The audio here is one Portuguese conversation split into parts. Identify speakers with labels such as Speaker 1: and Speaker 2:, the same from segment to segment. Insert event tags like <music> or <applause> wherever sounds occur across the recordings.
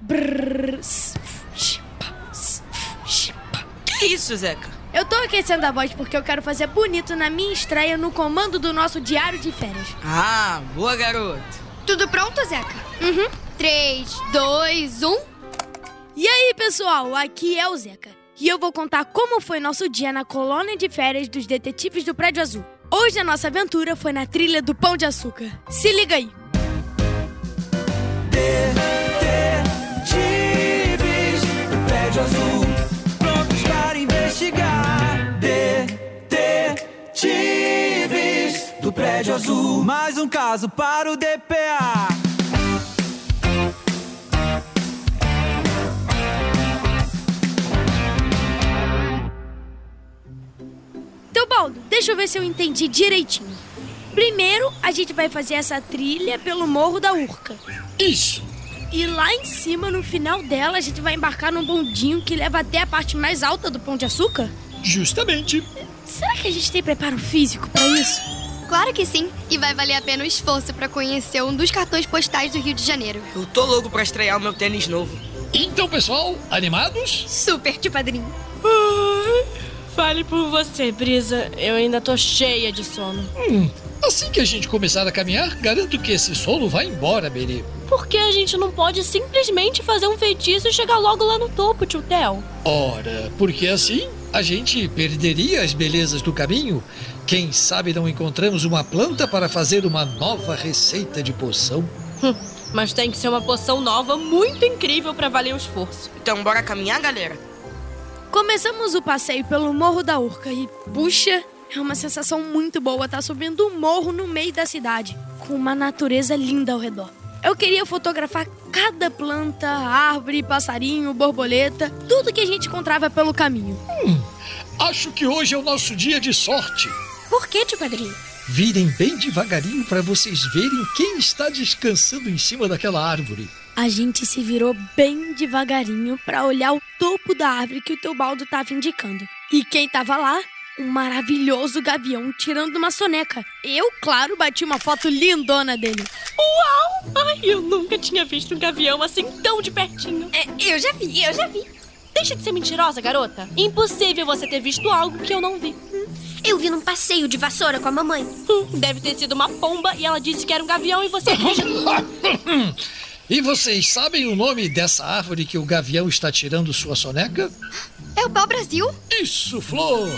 Speaker 1: Brrr.
Speaker 2: Que É isso, Zeca?
Speaker 1: Eu tô aquecendo a voz porque eu quero fazer bonito na minha estreia no comando do nosso diário de férias.
Speaker 2: Ah, boa, garoto.
Speaker 3: Tudo pronto, Zeca?
Speaker 1: Uhum.
Speaker 3: 3, 2, 1.
Speaker 1: E aí, pessoal, aqui é o Zeca. E eu vou contar como foi nosso dia na colônia de férias dos detetives do Prédio Azul. Hoje a nossa aventura foi na trilha do Pão de Açúcar. Se liga aí.
Speaker 4: Detetives do Prédio Azul, prontos para investigar. Detetives do Prédio Azul, mais um caso para o DPA.
Speaker 1: Teobaldo, Então, deixa eu ver se eu entendi direitinho. Primeiro, a gente vai fazer essa trilha pelo Morro da Urca.
Speaker 2: Isso.
Speaker 1: E lá em cima, no final dela, a gente vai embarcar num bondinho que leva até a parte mais alta do Pão de Açúcar?
Speaker 5: Justamente.
Speaker 1: Será que a gente tem preparo físico pra isso?
Speaker 3: Claro que sim, e vai valer a pena o esforço para conhecer um dos cartões postais do Rio de Janeiro.
Speaker 2: Eu tô louco pra estrear o meu tênis novo.
Speaker 5: Então, pessoal, animados?
Speaker 3: Super, tio padrinho.
Speaker 6: Fale por você, Brisa. Eu ainda tô cheia de sono.
Speaker 5: Assim que a gente começar a caminhar, garanto que esse sono vai embora, Beri.
Speaker 6: Por que a gente não pode simplesmente fazer um feitiço e chegar logo lá no topo, tio Theo?
Speaker 5: Ora, porque assim a gente perderia as belezas do caminho. Quem sabe não encontramos uma planta para fazer uma nova receita de poção?
Speaker 6: Mas tem que ser uma poção nova muito incrível pra valer o esforço.
Speaker 2: Então bora caminhar, galera?
Speaker 1: Começamos o passeio pelo Morro da Urca e, puxa, é uma sensação muito boa estar subindo um morro no meio da cidade, com uma natureza linda ao redor. Eu queria fotografar cada planta, árvore, passarinho, borboleta, tudo que a gente encontrava pelo caminho.
Speaker 5: Acho que hoje é o nosso dia de sorte.
Speaker 1: Por que, tio Pedrinho?
Speaker 5: Virem bem devagarinho para vocês verem quem está descansando em cima daquela árvore.
Speaker 1: A gente se virou bem devagarinho para olhar o topo da árvore que o Teobaldo estava indicando. E quem tava lá? Um maravilhoso gavião tirando uma soneca. Eu, claro, bati uma foto lindona dele.
Speaker 6: Ai, eu nunca tinha visto um gavião assim tão de pertinho.
Speaker 1: É,
Speaker 3: Eu já vi, eu já vi.
Speaker 6: Deixa de ser mentirosa, garota. Impossível você ter visto algo que eu não vi.
Speaker 3: Eu vi num passeio de vassoura com a mamãe.
Speaker 6: Hum, Deve ter sido uma pomba e ela disse que era um gavião e você acreditou.
Speaker 5: <laughs> E vocês sabem o nome dessa árvore que o gavião está tirando sua soneca?
Speaker 3: É o pau-brasil?
Speaker 5: Isso, Flor!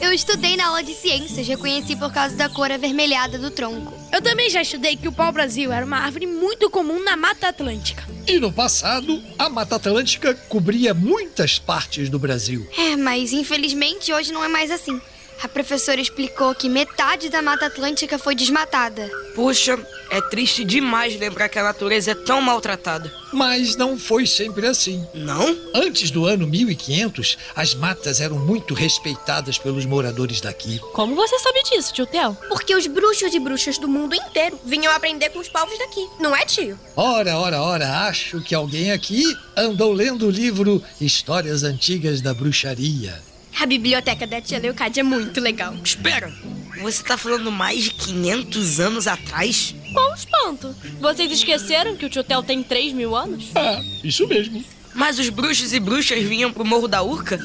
Speaker 3: Eu estudei na aula de ciências, reconheci por causa da cor avermelhada do tronco.
Speaker 1: Eu também já estudei que o pau-brasil era uma árvore muito comum na Mata Atlântica.
Speaker 5: E no passado, a Mata Atlântica cobria muitas partes do Brasil.
Speaker 3: É, mas infelizmente hoje não é mais assim. A professora explicou que metade da Mata Atlântica foi desmatada.
Speaker 2: Puxa, é triste demais lembrar que a natureza é tão maltratada.
Speaker 5: Mas não foi sempre assim.
Speaker 2: Não?
Speaker 5: Antes do ano 1500, as matas eram muito respeitadas pelos moradores daqui.
Speaker 6: Como você sabe disso, tio Theo?
Speaker 7: Porque os bruxos e bruxas do mundo inteiro vinham aprender com os povos daqui, não é, tio?
Speaker 5: Ora, ora, ora, acho que alguém aqui andou lendo o livro Histórias Antigas da Bruxaria.
Speaker 7: A biblioteca da tia Leucádia é muito legal.
Speaker 2: Espera, você tá falando mais de 500 anos atrás?
Speaker 6: Qual o espanto? Vocês esqueceram que o tio Theo tem 3 mil anos?
Speaker 5: Ah, isso mesmo.
Speaker 2: Mas os bruxos e bruxas vinham pro Morro da Urca?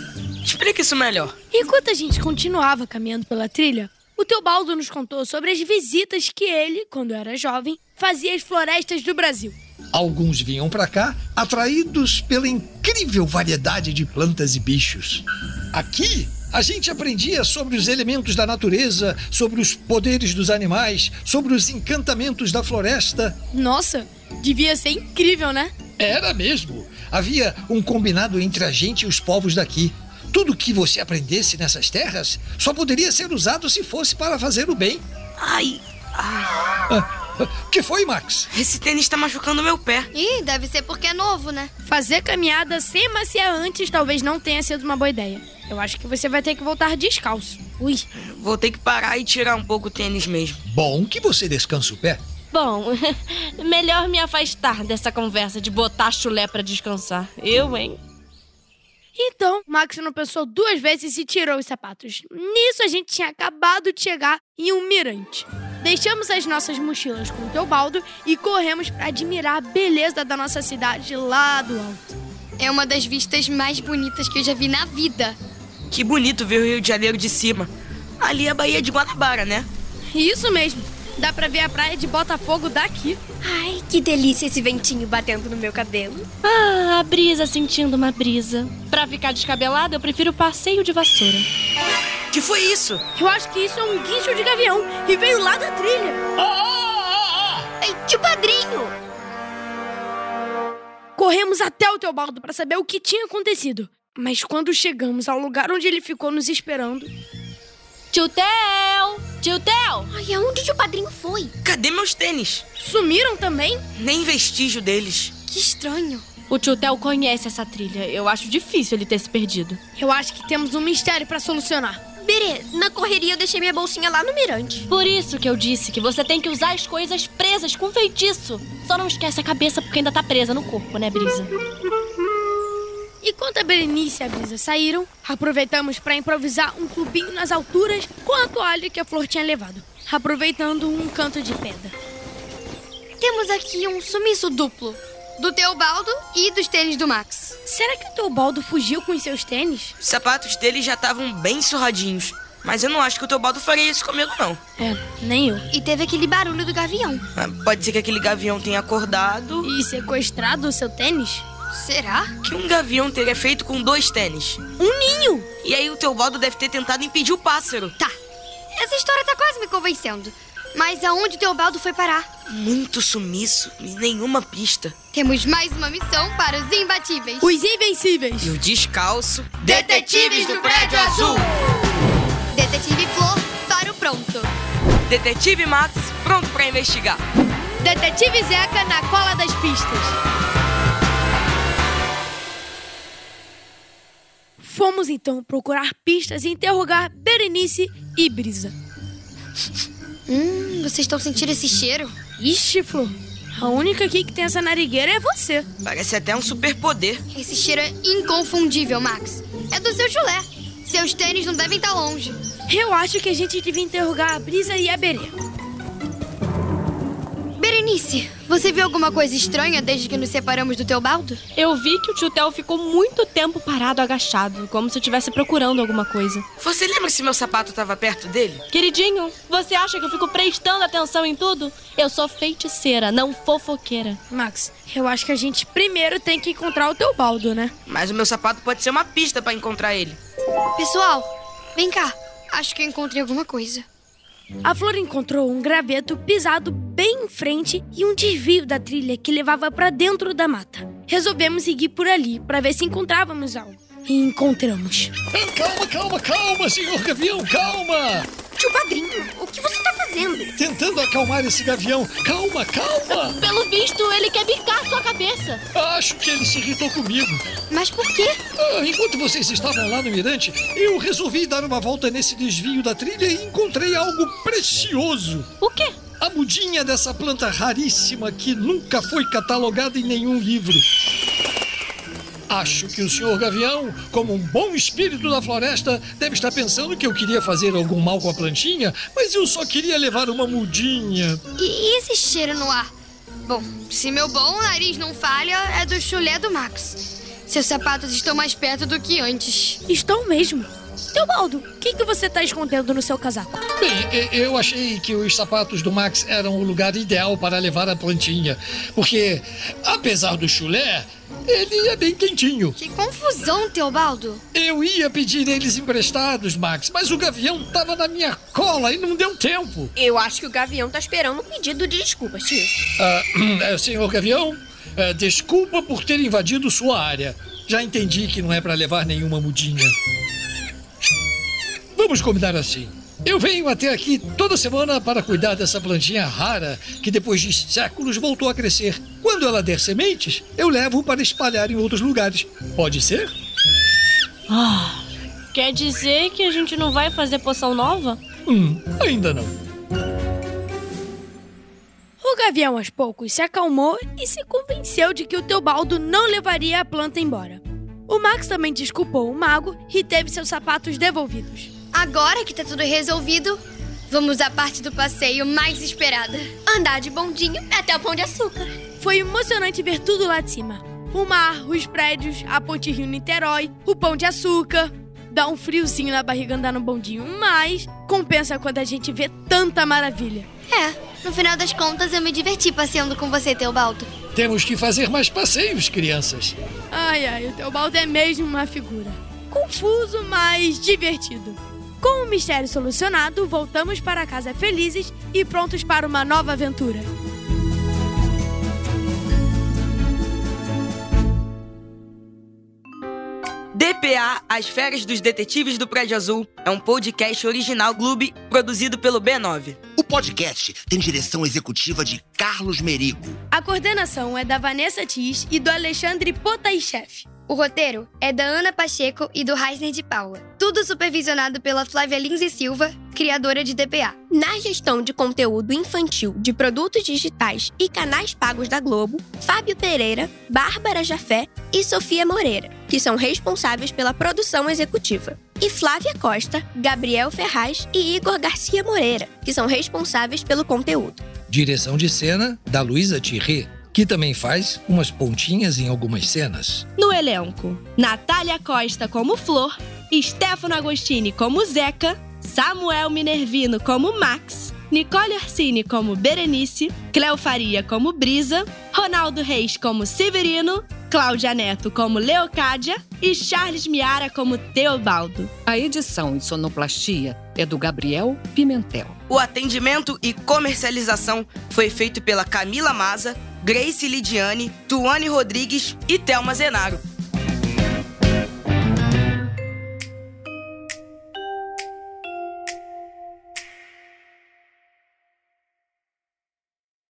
Speaker 2: Explica isso melhor.
Speaker 1: Enquanto a gente continuava caminhando pela trilha, o Teobaldo nos contou sobre as visitas que ele, quando era jovem, fazia às florestas do Brasil.
Speaker 5: Alguns vinham pra cá atraídos pela incrível variedade de plantas e bichos. Aqui, a gente aprendia sobre os elementos da natureza, sobre os poderes dos animais, sobre os encantamentos da floresta.
Speaker 1: Nossa, devia ser incrível, né?
Speaker 5: Era mesmo. Havia um combinado entre a gente e os povos daqui. Tudo que você aprendesse nessas terras só poderia ser usado se fosse para fazer o bem. <laughs>
Speaker 2: Ai,
Speaker 5: Que foi, Max?
Speaker 2: esse tênis tá machucando meu pé.
Speaker 3: Ih, deve ser porque é novo, né?
Speaker 1: Fazer caminhada sem maciar antes talvez não tenha sido uma boa ideia. Eu acho que você vai ter que voltar descalço. Ui.
Speaker 2: Vou ter que parar e tirar um pouco o tênis mesmo.
Speaker 5: Bom que você descansa o pé.
Speaker 6: Bom, <laughs> melhor me afastar dessa conversa de botar chulé pra descansar. Eu, hein?
Speaker 1: Então, Max não pensou duas vezes e tirou os sapatos. Nisso a gente tinha acabado de chegar em um mirante. De Deixamos as nossas mochilas com o Teobaldo e corremos para admirar a beleza da nossa cidade lá do alto.
Speaker 3: É uma das vistas mais bonitas que eu já vi na vida.
Speaker 2: Que bonito ver o Rio de Janeiro de cima. Ali é a Baía de Guanabara, né?
Speaker 1: Isso mesmo, dá pra ver a praia de Botafogo daqui.
Speaker 7: Ai, que delícia esse ventinho batendo no meu cabelo.
Speaker 6: Ah, a brisa sentindo uma brisa. Pra ficar descabelada, eu prefiro o passeio de vassoura.
Speaker 2: Que foi isso?
Speaker 1: Eu acho que isso é um guincho de gavião e veio lá da trilha.
Speaker 3: Ei, tio padrinho!
Speaker 1: Corremos até o Teobaldo para saber o que tinha acontecido. Mas quando chegamos ao lugar onde ele ficou nos esperando,
Speaker 6: Tio Theo! Tio Theo!
Speaker 3: Ai, aonde o tio padrinho foi?
Speaker 2: Cadê meus tênis?
Speaker 1: sumiram também.
Speaker 2: Nem vestígio deles.
Speaker 3: Que estranho.
Speaker 6: O tio Theo conhece essa trilha. Eu acho difícil ele ter se perdido.
Speaker 1: Eu acho que temos um mistério para solucionar.
Speaker 7: Berê, na correria eu deixei minha bolsinha lá no mirante.
Speaker 6: Por isso que eu disse que você tem que usar as coisas presas com feitiço. Só não esquece a cabeça porque ainda tá presa no corpo, né, Brisa?
Speaker 1: E quando a Berenice e a Brisa saíram, aproveitamos para improvisar um clubinho nas alturas com a toalha que a Flor tinha levado, aproveitando um canto de pedra.
Speaker 3: Temos aqui um sumiço duplo. Do Teobaldo e dos tênis do Max.
Speaker 1: Será que o Teobaldo fugiu com os seus tênis?
Speaker 2: Os sapatos deles já estavam bem surradinhos. Mas eu não acho que o Teobaldo faria isso comigo, não.
Speaker 1: É, nem eu.
Speaker 3: E teve aquele barulho do gavião.
Speaker 2: Ah, Pode ser que aquele gavião tenha acordado.
Speaker 1: E sequestrado o seu tênis?
Speaker 3: Será?
Speaker 2: O Que um gavião teria feito com dois tênis?
Speaker 1: Um ninho!
Speaker 2: E aí o Teobaldo deve ter tentado impedir o pássaro.
Speaker 3: Tá. Essa história tá quase me convencendo. Mas aonde o Teobaldo foi parar?
Speaker 2: Muito sumiço e nenhuma pista.
Speaker 3: Temos mais uma missão para os imbatíveis.
Speaker 1: Os invencíveis!
Speaker 2: E o descalço.
Speaker 3: Detetives do Prédio Azul. Detetive Flor, faro pronto.
Speaker 2: Detetive Max, pronto pra investigar.
Speaker 3: Detetive Zeca na cola das pistas.
Speaker 1: Fomos então procurar pistas e interrogar Berenice e Brisa.
Speaker 3: Hum, vocês estão sentindo esse cheiro?
Speaker 1: Ixi, Flor, a única aqui que tem essa narigueira é você.
Speaker 2: Parece até um superpoder.
Speaker 3: Esse cheiro é inconfundível, Max. É do seu chulé. Seus tênis não devem estar longe.
Speaker 1: Eu acho que a gente devia interrogar a Brisa e a Berê.
Speaker 3: Berenice, você viu alguma coisa estranha desde que nos separamos do Teobaldo?
Speaker 6: Eu vi que o tio Theo ficou muito tempo parado, agachado, como se estivesse procurando alguma coisa.
Speaker 2: Você lembra se meu sapato tava perto dele?
Speaker 6: Queridinho, você acha que eu fico prestando atenção em tudo? Eu sou feiticeira, não fofoqueira.
Speaker 1: Max, eu acho que a gente primeiro tem que encontrar o teu baldo, né?
Speaker 2: Mas o meu sapato pode ser uma pista pra encontrar ele.
Speaker 3: Pessoal, vem cá. Acho que eu encontrei alguma coisa.
Speaker 1: A Flor encontrou um graveto pisado bem em frente e um desvio da trilha que levava pra dentro da mata. Resolvemos seguir por ali pra ver se encontrávamos algo. E encontramos.
Speaker 5: Ei, Calma, calma, calma, senhor gavião, calma!
Speaker 7: Tio
Speaker 3: um
Speaker 7: padrinho, o que você tá fazendo?
Speaker 5: Tentando acalmar esse gavião. Calma, calma!
Speaker 6: Pelo visto, ele quer bicar sua cabeça.
Speaker 5: Acho que ele se irritou comigo.
Speaker 3: Mas por quê?
Speaker 5: Ah, enquanto vocês estavam lá no mirante, eu resolvi dar uma volta nesse desvio da trilha e encontrei algo precioso.
Speaker 6: O quê?
Speaker 5: A mudinha dessa planta raríssima que nunca foi catalogada em nenhum livro. Acho que o senhor Gavião, como um bom espírito da floresta, deve estar pensando que eu queria fazer algum mal com a plantinha, mas eu só queria levar uma mudinha.
Speaker 3: E, e esse cheiro no ar? Bom, se meu bom nariz não falha, é do chulé do Max. Seus sapatos estão mais perto do que antes.
Speaker 1: Estão mesmo. Teobaldo, o que, que você tá escondendo no seu casaco?
Speaker 5: Bem, e- eu achei que os sapatos do Max eram o lugar ideal para levar a plantinha, porque, apesar do chulé, ele é bem quentinho.
Speaker 3: Que confusão, Teobaldo.
Speaker 5: Eu ia pedir eles emprestados, Max, mas o gavião tava na minha cola e não deu tempo.
Speaker 7: Eu acho que o gavião tá esperando um pedido de desculpas, tio.
Speaker 5: Ah, <clears throat> eh, senhor gavião, eh, desculpa por ter invadido sua área. Já entendi que não é para levar nenhuma mudinha. Vamos combinar assim. Eu venho até aqui toda semana para cuidar dessa plantinha rara que depois de séculos voltou a crescer. Quando ela der sementes, eu levo para espalhar em outros lugares. Pode ser?
Speaker 6: Quer dizer que a gente não vai fazer poção nova?
Speaker 5: Hum, ainda não.
Speaker 1: O gavião, aos poucos, se acalmou e se convenceu de que o Teobaldo não levaria a planta embora. O Max também desculpou o mago e teve seus sapatos devolvidos.
Speaker 3: Agora que tá tudo resolvido, Vamos à parte do passeio mais esperada.
Speaker 7: Andar de bondinho até o Pão de Açúcar.
Speaker 1: Foi emocionante ver tudo lá de cima. O mar, os prédios, a ponte Rio-Niterói, o pão de açúcar. Dá um friozinho na barriga andar no bondinho, mas compensa quando a gente vê tanta maravilha.
Speaker 3: É, no final das contas eu me diverti passeando com você, Teobaldo.
Speaker 5: Temos que fazer mais passeios, crianças.
Speaker 1: Ai, ai, o Teobaldo é mesmo uma figura. Confuso, mas divertido. Com o mistério solucionado, voltamos para casa felizes e prontos para uma nova aventura.
Speaker 2: DPA, As Férias dos Detetives do Prédio Azul, é um podcast original Clube produzido pelo B9.
Speaker 8: O podcast tem direção executiva de Carlos Merigo.
Speaker 1: A coordenação é da Vanessa Tis e do Alexandre Potaichef.
Speaker 3: O roteiro é da Ana Pacheco e do Reisner de Paula. Tudo supervisionado pela Flávia Lins e Silva, criadora de DPA.
Speaker 7: Na gestão de conteúdo infantil de produtos digitais e canais pagos da Globo, Fábio Pereira, Bárbara Jafé e Sofia Moreira, que são responsáveis pela produção executiva. E Flávia Costa, Gabriel Ferraz e Igor Garcia Moreira, que são responsáveis pelo conteúdo.
Speaker 5: Direção de cena da Luísa Thierry, que também faz umas pontinhas em algumas cenas.
Speaker 6: No elenco, Natália Costa como Flor, Stefano Agostini como Zeca, Samuel Minervino como Max, Nicole Orsini como Berenice, Cleo Faria como Brisa, Ronaldo Reis como Severino, Cláudia Neto como Leocádia e Charles Miara como Teobaldo.
Speaker 9: A edição e sonoplastia é do Gabriel Pimentel.
Speaker 2: O atendimento e comercialização foi feito pela Camila Maza, Grace Lidiane, Tuane Rodrigues e Thelma Zenaro.